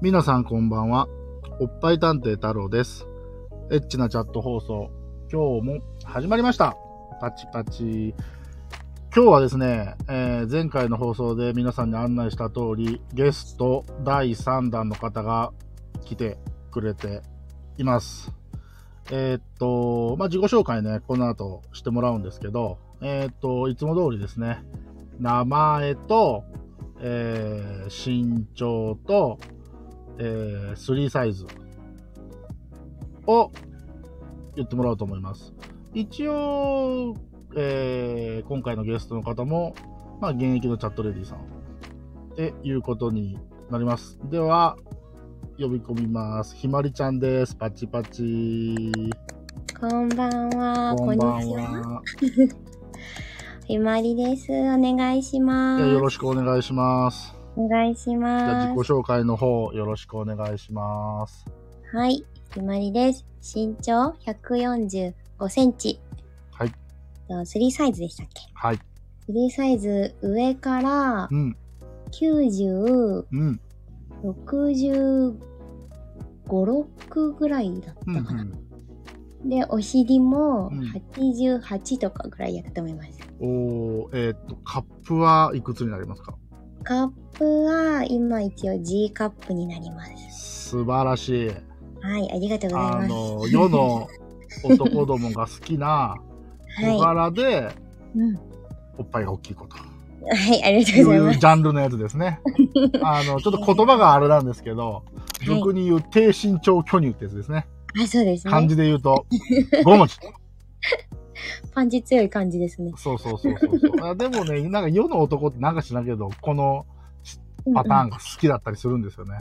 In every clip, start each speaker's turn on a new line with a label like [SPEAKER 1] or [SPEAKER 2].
[SPEAKER 1] 皆さんこんばんは。おっぱい探偵太郎です。エッチなチャット放送、今日も始まりました。パチパチ。今日はですね、えー前回の放送で皆さんに案内した通り、ゲスト第3弾の方が来てくれています。えーっと、まあ、自己紹介ね、この後してもらうんですけど、えーっと、いつも通りですね、名前と、えー身長と、えー、3サイズを言ってもらおうと思います。一応、えー今回のゲストの方も、まあ、現役のチャットレディさんっていうことになります。では、呼び込みます。ひまりちゃんです。パチパチ。
[SPEAKER 2] こんばんは。
[SPEAKER 1] こんば
[SPEAKER 2] に
[SPEAKER 1] ん
[SPEAKER 2] ちは。
[SPEAKER 1] は。
[SPEAKER 2] ひまりです。お願いしま
[SPEAKER 1] じゃあ
[SPEAKER 2] す。
[SPEAKER 1] よろしくお願いします。
[SPEAKER 2] お願いし
[SPEAKER 1] じゃあ
[SPEAKER 2] ま
[SPEAKER 1] 自己紹介の方よろしくお願いします。
[SPEAKER 2] す。はい。ひまりです。身長145センチ。
[SPEAKER 1] はい。
[SPEAKER 2] 3サイズでしたっけ
[SPEAKER 1] はい。
[SPEAKER 2] ?3 サイズ上から
[SPEAKER 1] うん、
[SPEAKER 2] 90、
[SPEAKER 1] うん、
[SPEAKER 2] 65、6ぐらいだっ
[SPEAKER 1] うん、う
[SPEAKER 2] たかな。
[SPEAKER 1] ん。
[SPEAKER 2] で、お尻も
[SPEAKER 1] うん
[SPEAKER 2] 88とかぐらいやったと思います。
[SPEAKER 1] おー、えーっと、カップはいくつになりますか
[SPEAKER 2] カップは今一応 G カップになります。
[SPEAKER 1] 素晴らしい。
[SPEAKER 2] はい、ありがとうござい
[SPEAKER 1] あ
[SPEAKER 2] ます。
[SPEAKER 1] の、世の男どもが好きな小
[SPEAKER 2] は
[SPEAKER 1] 柄で、
[SPEAKER 2] い、うん。
[SPEAKER 1] おっぱぱいが大きいこと。
[SPEAKER 2] はい、ありが
[SPEAKER 1] い
[SPEAKER 2] とうございうま
[SPEAKER 1] ジ
[SPEAKER 2] す。
[SPEAKER 1] ャンルのやつです ね。あの、ちょっと言葉があれなんですけど、
[SPEAKER 2] は
[SPEAKER 1] 俗に言う低身長巨乳ってやつですね。
[SPEAKER 2] い、あ、そうです
[SPEAKER 1] 漢
[SPEAKER 2] ね。
[SPEAKER 1] 字で言う と、5文字。
[SPEAKER 2] パンチ強い感じですね。
[SPEAKER 1] そうそうそうそうそう。あでもね、なんか世の男ってなんか知らんけど、このパター
[SPEAKER 2] ン。
[SPEAKER 1] ンが好きだったりするんですよね。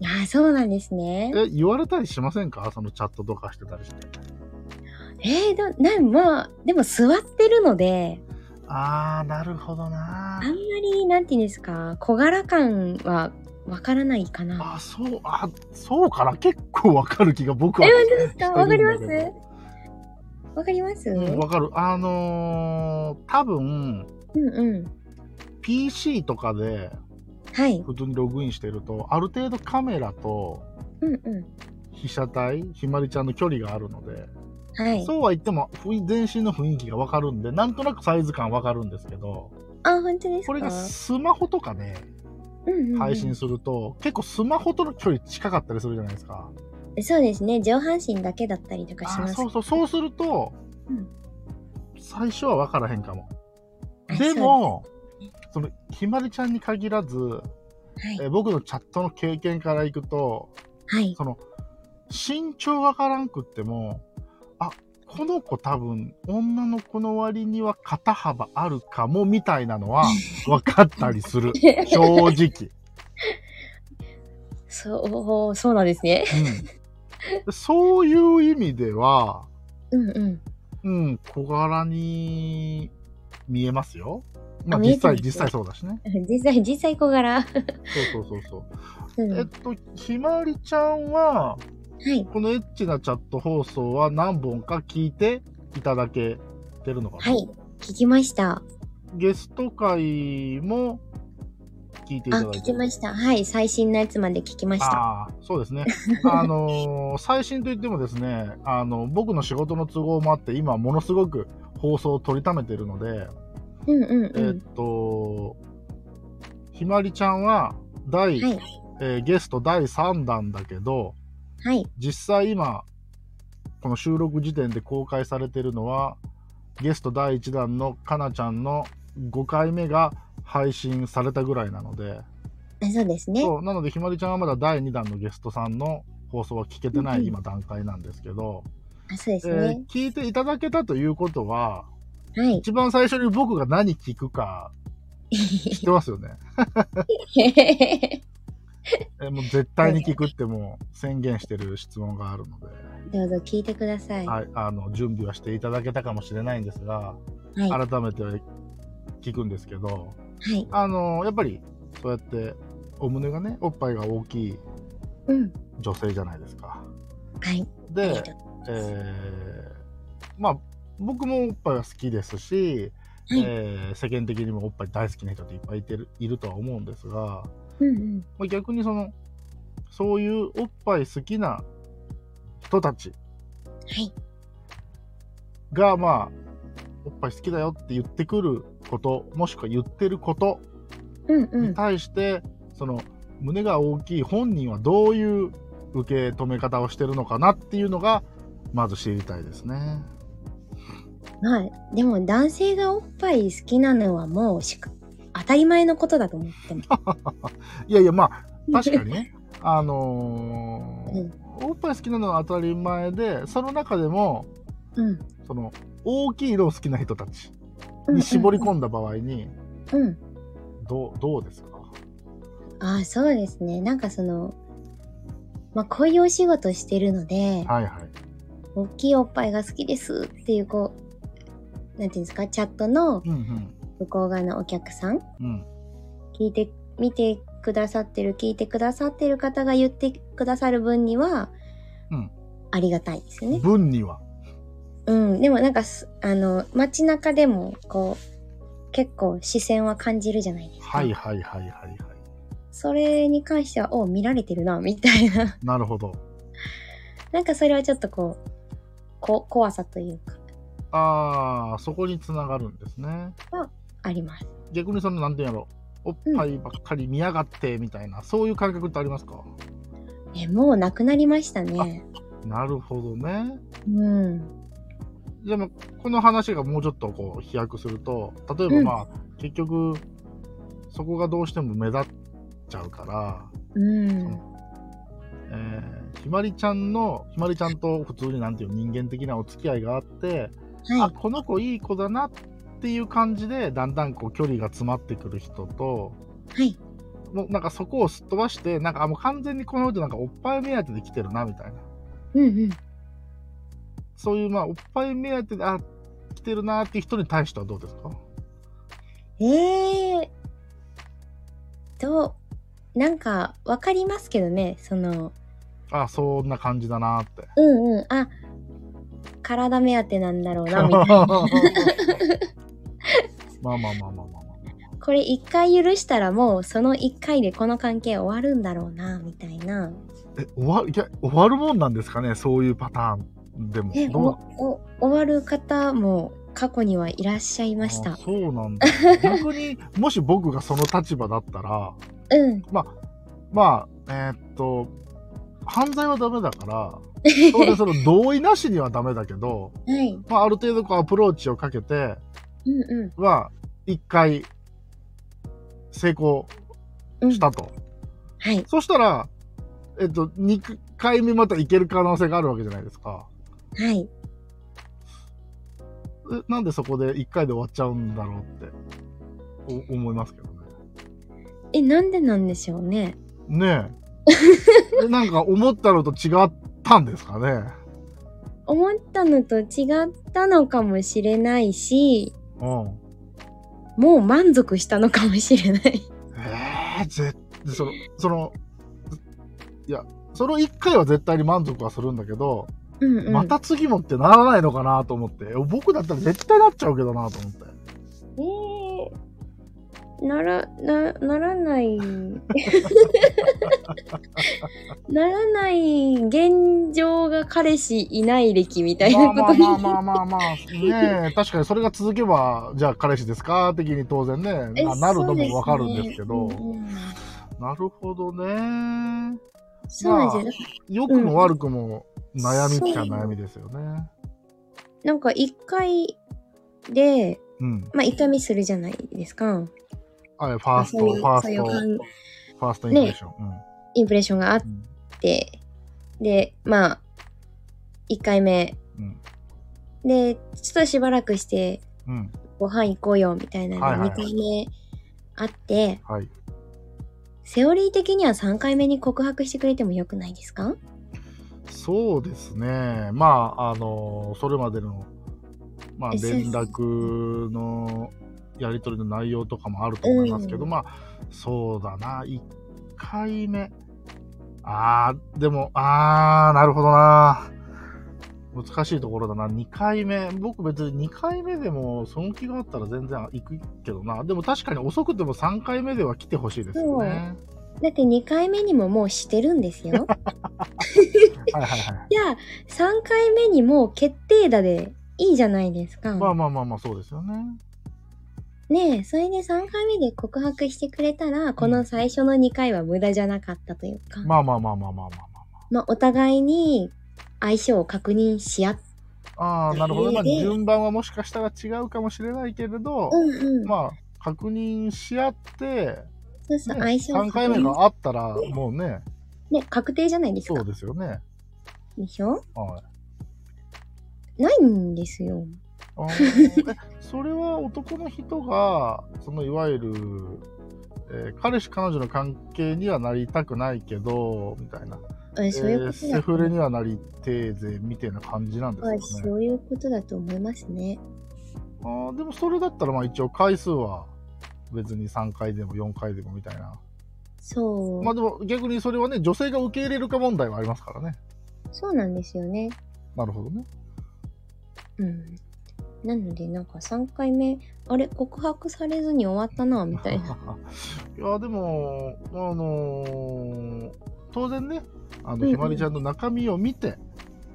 [SPEAKER 2] いや、そうなんですね。
[SPEAKER 1] え、言われたりしませんかそのチャットとかしてたりして。
[SPEAKER 2] えー、ど、なん、まあ、でも座ってるので、
[SPEAKER 1] あー、なるほどな
[SPEAKER 2] あんまり、なんていうんですか、小柄感はわからないかな。
[SPEAKER 1] あ、そう、あ、そうかな。結構わかる気が僕
[SPEAKER 2] え、
[SPEAKER 1] は。
[SPEAKER 2] 本当ですかわ
[SPEAKER 1] し
[SPEAKER 2] か
[SPEAKER 1] て
[SPEAKER 2] り
[SPEAKER 1] る
[SPEAKER 2] ま
[SPEAKER 1] んだ
[SPEAKER 2] す
[SPEAKER 1] けど
[SPEAKER 2] わかりますう
[SPEAKER 1] うん
[SPEAKER 2] ん
[SPEAKER 1] わかる。あのー、多分、
[SPEAKER 2] うん。
[SPEAKER 1] PC とかで
[SPEAKER 2] はい。
[SPEAKER 1] 普通にログインしてると、ある程度カメラと
[SPEAKER 2] うんうん。
[SPEAKER 1] 被写体、ひまりちゃんの距離があるので、
[SPEAKER 2] はい。
[SPEAKER 1] そうは言っても雰囲全身の雰囲気がわかるんで、なんとなくサイズ感わかるんですけど、
[SPEAKER 2] あ、本当です
[SPEAKER 1] これが
[SPEAKER 2] か
[SPEAKER 1] スマホとかで
[SPEAKER 2] うんうんうん
[SPEAKER 1] 配信すると、結構スマホとの距離近かったりするじゃないですか。
[SPEAKER 2] そうですね。上半身だけだったりとかし
[SPEAKER 1] あ
[SPEAKER 2] ます。
[SPEAKER 1] そうそう、そうすると、
[SPEAKER 2] うん
[SPEAKER 1] 最初はわからへんかも。
[SPEAKER 2] あ
[SPEAKER 1] でも、そのひまりちゃんに限らず、
[SPEAKER 2] はい
[SPEAKER 1] え。ー僕のチャットの経験からいくと、
[SPEAKER 2] はい。
[SPEAKER 1] その、身長わからんくっても、あ、この子多分、女の子の割には肩幅あるかも、みたいなの は分かったりする。正直。
[SPEAKER 2] そう、そうなんですね。
[SPEAKER 1] うん、そういう意味では、
[SPEAKER 2] うんうん。
[SPEAKER 1] うん、小柄に見えますよ。まあ
[SPEAKER 2] あ見え
[SPEAKER 1] 実
[SPEAKER 2] てま
[SPEAKER 1] 際、
[SPEAKER 2] す
[SPEAKER 1] 実際そうだしね。
[SPEAKER 2] 実際、実際 小柄。
[SPEAKER 1] そうそうそう
[SPEAKER 2] う
[SPEAKER 1] そう。
[SPEAKER 2] ん、
[SPEAKER 1] えっ
[SPEAKER 2] は
[SPEAKER 1] と、ひまりちゃんは、
[SPEAKER 2] い。
[SPEAKER 1] このエッチなチャット放送は何本か聞いていただけてるのかな、
[SPEAKER 2] はい。聞きました。
[SPEAKER 1] ゲスト会も聞いてい
[SPEAKER 2] あ、
[SPEAKER 1] ただいて
[SPEAKER 2] 聞きました。はい。最新のやつまで聞きました。
[SPEAKER 1] ああーそうですねあのー最新といってもですねあの僕の仕事の都合もあって今ものすごく放送を取りためてるので、
[SPEAKER 2] うんうんう
[SPEAKER 1] えー
[SPEAKER 2] ん。
[SPEAKER 1] っとひまりちゃんは第、
[SPEAKER 2] はい。
[SPEAKER 1] えーゲスト第3弾だけど
[SPEAKER 2] はい。
[SPEAKER 1] 実際今この収録時点で公開されてるのはゲスト第1弾のかなちゃんの5回目が配信されたぐらいなので、
[SPEAKER 2] あそうですね。
[SPEAKER 1] そうなのでひまりちゃんはまだ第2弾のゲストさんの放送は聞けてな
[SPEAKER 2] うん
[SPEAKER 1] い
[SPEAKER 2] うん
[SPEAKER 1] 今段階なんですけど、
[SPEAKER 2] あそうです
[SPEAKER 1] え
[SPEAKER 2] ね
[SPEAKER 1] ー。聞いていただけたということは
[SPEAKER 2] はい。
[SPEAKER 1] 一番最初に僕が何聞くか知ってますよねえもう絶対に聞くってもう宣言してる質問があるので、
[SPEAKER 2] どうぞ聞いてください。は
[SPEAKER 1] はい、あの準備はしていただけたかもしれないんですが、
[SPEAKER 2] い。は
[SPEAKER 1] 改めて聞くんですけど
[SPEAKER 2] い。
[SPEAKER 1] あのやっぱりそうやってお胸がねおっぱいが大きい
[SPEAKER 2] うん。
[SPEAKER 1] 女性じゃないですか。
[SPEAKER 2] はい。あり
[SPEAKER 1] で
[SPEAKER 2] がとう
[SPEAKER 1] えーまあ僕もおっぱいは好きですし、
[SPEAKER 2] はい
[SPEAKER 1] えー世間的にもおっぱい大好きな人っていっぱいいてるいるとは思うんですが、
[SPEAKER 2] うんうん。
[SPEAKER 1] まあ、逆にそのそういうおっぱい好きな人たち
[SPEAKER 2] はい。
[SPEAKER 1] が、まあ、おっぱい好きだよって言ってくること、もしくは言ってること
[SPEAKER 2] うんう
[SPEAKER 1] に
[SPEAKER 2] ん。
[SPEAKER 1] 対して、その、胸が大きい本人はどういう受け止め方をしてるのかなっていうのが、まず知りたいですね。
[SPEAKER 2] まあ、でも男性がおっぱい好きなのはもうしか当たり前のことだと思ってます。
[SPEAKER 1] いやいや、まあ、確かにね、あのー
[SPEAKER 2] うん
[SPEAKER 1] おっぱい好きなのは当たり前で、その中でも、
[SPEAKER 2] うん。
[SPEAKER 1] その、大きい色を好きな人たち
[SPEAKER 2] うん
[SPEAKER 1] に絞り込んだ場合に、
[SPEAKER 2] うん。うん。
[SPEAKER 1] どう、どうですか
[SPEAKER 2] ああ、そうですね。なんかその、まあ、こういうお仕事してるので、
[SPEAKER 1] はいはい。
[SPEAKER 2] 大きいおっぱいが好きですっていう、こう、なんていうんですか、チャットの
[SPEAKER 1] うん
[SPEAKER 2] 向こう側のお客さん、
[SPEAKER 1] うん。うん。
[SPEAKER 2] 聞いて、見てくださってる、聞いてくださってる方が言ってくださる分には、
[SPEAKER 1] うん
[SPEAKER 2] ありがたいですよね。
[SPEAKER 1] 分には。
[SPEAKER 2] うん、でもなんかす、あの、街中でも、こう、結構視線は感じるじゃないですか。
[SPEAKER 1] はいはいはいはいはい。
[SPEAKER 2] それに関しては、お見られてるな、みたいな。
[SPEAKER 1] なるほど。
[SPEAKER 2] なんかそれはちょっとこう、こ怖さというか、
[SPEAKER 1] ああ、そこにつながるんですね。
[SPEAKER 2] あります。
[SPEAKER 1] 逆にその、なんていうんやろ。おっぱいばっかり見やがって、みたいな、そういう感覚ってありますか
[SPEAKER 2] え、もうなくなりましたね。
[SPEAKER 1] なるほどね。
[SPEAKER 2] うん。
[SPEAKER 1] でも、この話がもうちょっとこう、飛躍すると、例えばまあ、結局、そこがどうしても目立っちゃうから、
[SPEAKER 2] うん。
[SPEAKER 1] えーひまりちゃんの、ひまりちゃんと普通になんていう人間的なお付き合いがあって、あ
[SPEAKER 2] はい。
[SPEAKER 1] この子いい子だなっていう感じでだんだんこう距離が詰まってくる人と
[SPEAKER 2] はい。
[SPEAKER 1] もうなんかそこをすっ飛ばしてなんかあもう完全にこの人なんかおっぱい目当てで来てるなみたいな
[SPEAKER 2] うんうん。
[SPEAKER 1] そういうまあおっぱい目当てであ来てるなっていう人に対してはどうですか
[SPEAKER 2] ええと、なんか、わかりますけどね、その、
[SPEAKER 1] あそんな感じだなって。
[SPEAKER 2] うんうん、あ、体目当てなんだろうな、みた いな。
[SPEAKER 1] まあまあまあまあまあま
[SPEAKER 2] これ一回許したらもうその一回でこの関係終わるんだろうな、みたいな。
[SPEAKER 1] あ。え終わいや終わるもんなんですかねそういうパターンでも。
[SPEAKER 2] ね、お
[SPEAKER 1] どう
[SPEAKER 2] お終わる方も過去にはいらっしゃいまし
[SPEAKER 1] あ
[SPEAKER 2] た。
[SPEAKER 1] そうなんだ。逆にもし僕がその立場だったら。
[SPEAKER 2] うん。
[SPEAKER 1] まあ、えーっと、犯罪はダメだから、当然その同意なしにはダメだけど、
[SPEAKER 2] はい。
[SPEAKER 1] まあ、ある程度こうアプローチをかけて
[SPEAKER 2] うんう
[SPEAKER 1] は、一回、成功
[SPEAKER 2] ん。うん
[SPEAKER 1] し、たと。
[SPEAKER 2] はい。
[SPEAKER 1] そしたら、えっと、二回目またいける可能性があるわけじゃないですか。
[SPEAKER 2] はい。
[SPEAKER 1] えなんでそこで一回で終わっちゃうんだろうって、お思いますけどね。
[SPEAKER 2] え、なんでなんでしょうね。
[SPEAKER 1] ねえ。えなんか思ったのと違ったんですかね。
[SPEAKER 2] 思ったのと違ったのかもしれないし、
[SPEAKER 1] うん。
[SPEAKER 2] もう満足したのかもしれない。
[SPEAKER 1] ええぜそのそのいやその1回は絶対に満足はするんだけど、
[SPEAKER 2] うんうん。
[SPEAKER 1] また次もってならないのかなと思って僕だったら絶対なっちゃうけどなと思って
[SPEAKER 2] えーなら、な、なら ない。ならない現状が彼氏いない歴みたいな
[SPEAKER 1] ま
[SPEAKER 2] ことに。
[SPEAKER 1] あまあまあまあまあまあねえ確かにそれが続けばじゃあ彼氏ですか的に当然ね
[SPEAKER 2] え
[SPEAKER 1] ななる
[SPEAKER 2] そ
[SPEAKER 1] の
[SPEAKER 2] うで
[SPEAKER 1] も
[SPEAKER 2] すね
[SPEAKER 1] わかるんですけど
[SPEAKER 2] うんうん
[SPEAKER 1] なるほどね
[SPEAKER 2] そうなんですよ。
[SPEAKER 1] 良くも悪くも悩みっちゃ
[SPEAKER 2] うん
[SPEAKER 1] 悩みですよね
[SPEAKER 2] なんか一回で、
[SPEAKER 1] うん
[SPEAKER 2] まあ一回ミスするじゃないですか。
[SPEAKER 1] あれファースト
[SPEAKER 2] そう
[SPEAKER 1] フ
[SPEAKER 2] いう
[SPEAKER 1] ァー
[SPEAKER 2] そう
[SPEAKER 1] ス
[SPEAKER 2] いう
[SPEAKER 1] ト
[SPEAKER 2] 感
[SPEAKER 1] ファーストインプレッション、
[SPEAKER 2] インプレッションがあっ
[SPEAKER 1] うん
[SPEAKER 2] て、で、まあ、一回目。
[SPEAKER 1] うん
[SPEAKER 2] で、ちょっとしばらくして、
[SPEAKER 1] うんうん
[SPEAKER 2] ご飯行こうよみたいな
[SPEAKER 1] はいはい
[SPEAKER 2] の
[SPEAKER 1] はい
[SPEAKER 2] 2回目あって、
[SPEAKER 1] はい
[SPEAKER 2] セオリー的には3回目に告白してくれてもよくないですか
[SPEAKER 1] そうですね。まあ、あの、それまでの、まあ、
[SPEAKER 2] えそう
[SPEAKER 1] 連絡のやり取りの内容とかもあると思いますけど、
[SPEAKER 2] うん
[SPEAKER 1] まあ、そうだな、1回目。あー、でも、あー、なるほどな。難しいところだな。2回目。僕別に2回目でも、その気があったら全然行くけどな。でも確かに遅くても3回目では来てほしいですよね。
[SPEAKER 2] だって2回目にももうしてるんで すよ。
[SPEAKER 1] はいはいはい。
[SPEAKER 2] じゃあ3回目にもう決定打でいいじゃないですか。
[SPEAKER 1] まあまあまあまあ、そうですよね。
[SPEAKER 2] ねえ、それで3回目で告白してくれたら、この最初の2回は無駄じゃなかったというか、ま
[SPEAKER 1] まあまあまあまあまあまあ
[SPEAKER 2] あお互いに相性を確認し合っ
[SPEAKER 1] まあ。ああ、なるほど。まあ、
[SPEAKER 2] えー
[SPEAKER 1] 順番はもしかしたら違うかもしれないけれど、
[SPEAKER 2] うんうん。
[SPEAKER 1] まあ、確認し合って、
[SPEAKER 2] そうそう、
[SPEAKER 1] ね、
[SPEAKER 2] 相性を
[SPEAKER 1] 3
[SPEAKER 2] 確
[SPEAKER 1] 回目
[SPEAKER 2] 認。
[SPEAKER 1] があったら、もうね、
[SPEAKER 2] ね、確定じゃないです
[SPEAKER 1] そ
[SPEAKER 2] か
[SPEAKER 1] う。ですよね。
[SPEAKER 2] でしょ
[SPEAKER 1] はい。
[SPEAKER 2] ないんですよ。
[SPEAKER 1] あ ーえそれは男の人が、そのいわゆる、えー彼氏彼女の関係にはなりたくないけど、みたいな。
[SPEAKER 2] あそういう
[SPEAKER 1] えー
[SPEAKER 2] ことだ、
[SPEAKER 1] セフレにはなりてえぜ、みたいな感じなん
[SPEAKER 2] まあ
[SPEAKER 1] ですかね。
[SPEAKER 2] そういうことだと思いますね。
[SPEAKER 1] あーでもそれだったら、まあ一応回数は別に3回でも4回でもみたいな。
[SPEAKER 2] そう。
[SPEAKER 1] まあでも逆にそれはね、女性が受け入れるか問題はありますからね。
[SPEAKER 2] そうなんですよね。
[SPEAKER 1] なるほどね。
[SPEAKER 2] うん。なので、なんか3回目、あれ、告白されずに終わったな、みた いな。
[SPEAKER 1] いやでもあのー当然ねあ
[SPEAKER 2] うん
[SPEAKER 1] の
[SPEAKER 2] うん
[SPEAKER 1] ひまりちゃんの中身を見て、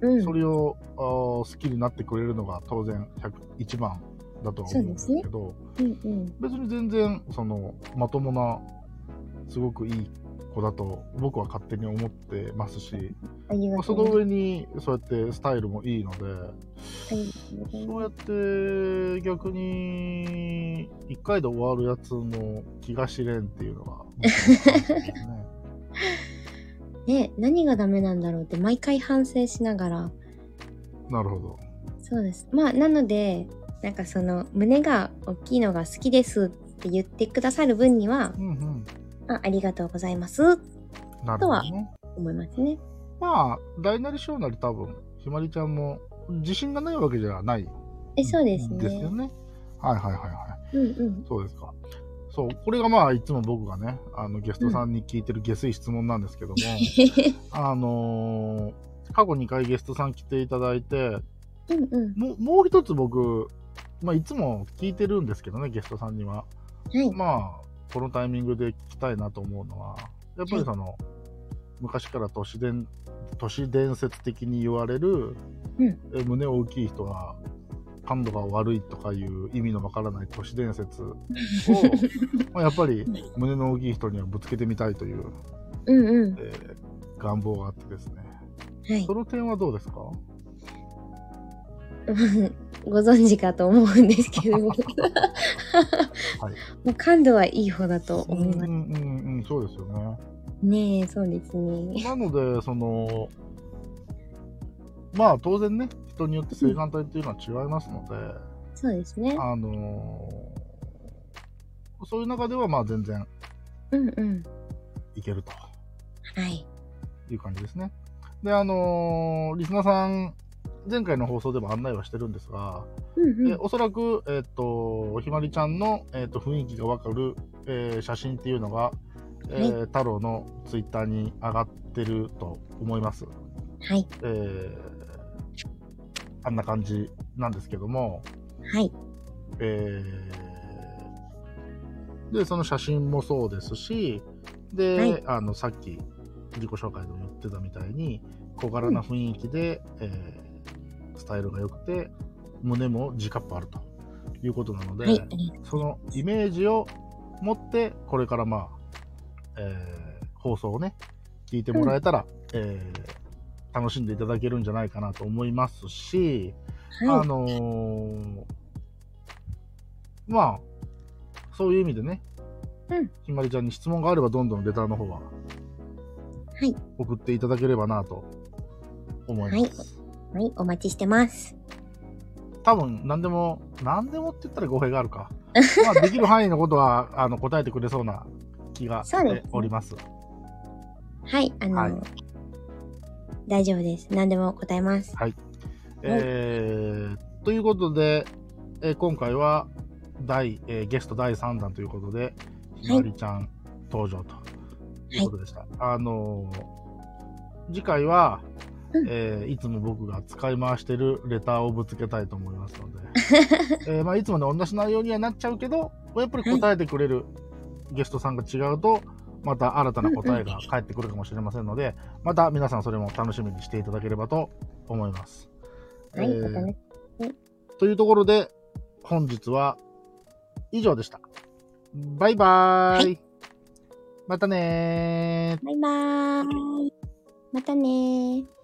[SPEAKER 2] うん
[SPEAKER 1] そ。れをあー好きになってくれるのが当然101番だとは思うんですけど
[SPEAKER 2] うんうん。
[SPEAKER 1] 別に全然そのまともなすごくいい子だと僕は勝手に思ってますし、
[SPEAKER 2] ありが
[SPEAKER 1] まあそ
[SPEAKER 2] と
[SPEAKER 1] うの
[SPEAKER 2] ござい
[SPEAKER 1] 上にそうやってスタイルもいいので
[SPEAKER 2] ます。ありがとうござい
[SPEAKER 1] そ
[SPEAKER 2] ま
[SPEAKER 1] うやって逆に1回で終わるやつの気が知れんっていう のが僕の感想ですね
[SPEAKER 2] すね、何がダメなんだろうって毎回反省しながら。
[SPEAKER 1] なるほど。
[SPEAKER 2] そうです。まあ、なので、なんかその、胸が大きいのが好きですって言ってくださる分には、
[SPEAKER 1] うんうん。
[SPEAKER 2] あありがとうございます、と
[SPEAKER 1] なるほどね。
[SPEAKER 2] 思いますね。
[SPEAKER 1] まあ、大なり小なり多分、ひまりちゃんも自信がないわけじゃない。
[SPEAKER 2] え、そうですね。
[SPEAKER 1] ですよね。はいはいはいはい。
[SPEAKER 2] うんうん。
[SPEAKER 1] そうですか。そう、これがまあ、いつも僕がね、あのゲストさんに聞いてる下水質問なんですけ ども、あのー過去2回ゲストさん来ていただいて、
[SPEAKER 2] うんうん。
[SPEAKER 1] もうもう一つ僕、まあ、いつも聞いてるんですけどね、ゲストさんには。
[SPEAKER 2] はい。
[SPEAKER 1] まあ、このタイミングで聞きたいなと思うのは、やっぱりその、昔から都市伝都市伝説的に言われる、
[SPEAKER 2] うん
[SPEAKER 1] え胸大きい人が感度が悪いとかいう意味のわからない都市伝説 を、まあやっぱり胸の大きい人にはぶつけてみたいという、
[SPEAKER 2] うんうん。
[SPEAKER 1] えー願望があってですね。
[SPEAKER 2] はい
[SPEAKER 1] そ。の点はどうですか
[SPEAKER 2] ご存知かと思うんですけど、もう感度はいい方だと
[SPEAKER 1] うん
[SPEAKER 2] 思いま
[SPEAKER 1] う
[SPEAKER 2] す。
[SPEAKER 1] んうんうん、そうですよね。
[SPEAKER 2] ねえ、そうですね。
[SPEAKER 1] なので、その、まあ当然ね、人によって性感帯っていうのは違いますので、
[SPEAKER 2] そうですね。
[SPEAKER 1] あのーそういう中ではまあ全然
[SPEAKER 2] うんうん。
[SPEAKER 1] いけると
[SPEAKER 2] はい。
[SPEAKER 1] いう感じですね。で、あのーリスナーさん、前回の放送でも案内はしてるんですが、
[SPEAKER 2] うんう
[SPEAKER 1] え
[SPEAKER 2] ん。
[SPEAKER 1] おそらく、えっ、と、ひまりちゃんの、えっと雰囲気がわかる、えー写真っていうのが、えー太郎のツイッターに上がってると思います。
[SPEAKER 2] はい。
[SPEAKER 1] えーあんな感じなんですけども、
[SPEAKER 2] はい。
[SPEAKER 1] えーで、その写真もそうですし、で、
[SPEAKER 2] はい
[SPEAKER 1] あの、さっき自己紹介でも言ってたみたいに、小柄な雰囲気で、えースタイルが良くて、胸も G カップあるということなので、
[SPEAKER 2] はい。ありが
[SPEAKER 1] そのイメージを持って、これからまあ、えー放送をね、聞いてもらえたら、えー楽しんでいただけるんじゃないかなと思いますし、
[SPEAKER 2] とうは
[SPEAKER 1] あ
[SPEAKER 2] い。
[SPEAKER 1] のーまあ、そういう意味でね、
[SPEAKER 2] うん
[SPEAKER 1] ひまりちゃんに質問があれば、どんどんレターの方は、
[SPEAKER 2] い
[SPEAKER 1] 送っていただければなと思います。
[SPEAKER 2] はい。お待ちしてます。
[SPEAKER 1] 多分何でも何でもって言ったら語弊があるかまあできる範囲のことはあの答えてくれそうな気がし
[SPEAKER 2] そうです
[SPEAKER 1] て
[SPEAKER 2] ね
[SPEAKER 1] おります
[SPEAKER 2] はい。あの、
[SPEAKER 1] はい
[SPEAKER 2] 大丈夫です。何でも答えます。
[SPEAKER 1] えーということで、えー今回は第、えーゲスト第3弾ということでひまりちゃん登場ということでした、あのー次回は、
[SPEAKER 2] うん
[SPEAKER 1] えーいつも僕が使い回してるレターをぶつけたいと思いますので、えーまあ、いつもね同じ内容にはなっちゃうけどやっぱり答えてくれるゲストさんが違うとまた新たな答えが返ってくるかもしれませんので、また皆さんそれも楽しみにしていただければと思います。
[SPEAKER 2] はい、
[SPEAKER 1] えー
[SPEAKER 2] またね。
[SPEAKER 1] というところで、本日は以上でした。バイバーイ。
[SPEAKER 2] は
[SPEAKER 1] またねー。
[SPEAKER 2] バイバーイ。またねー。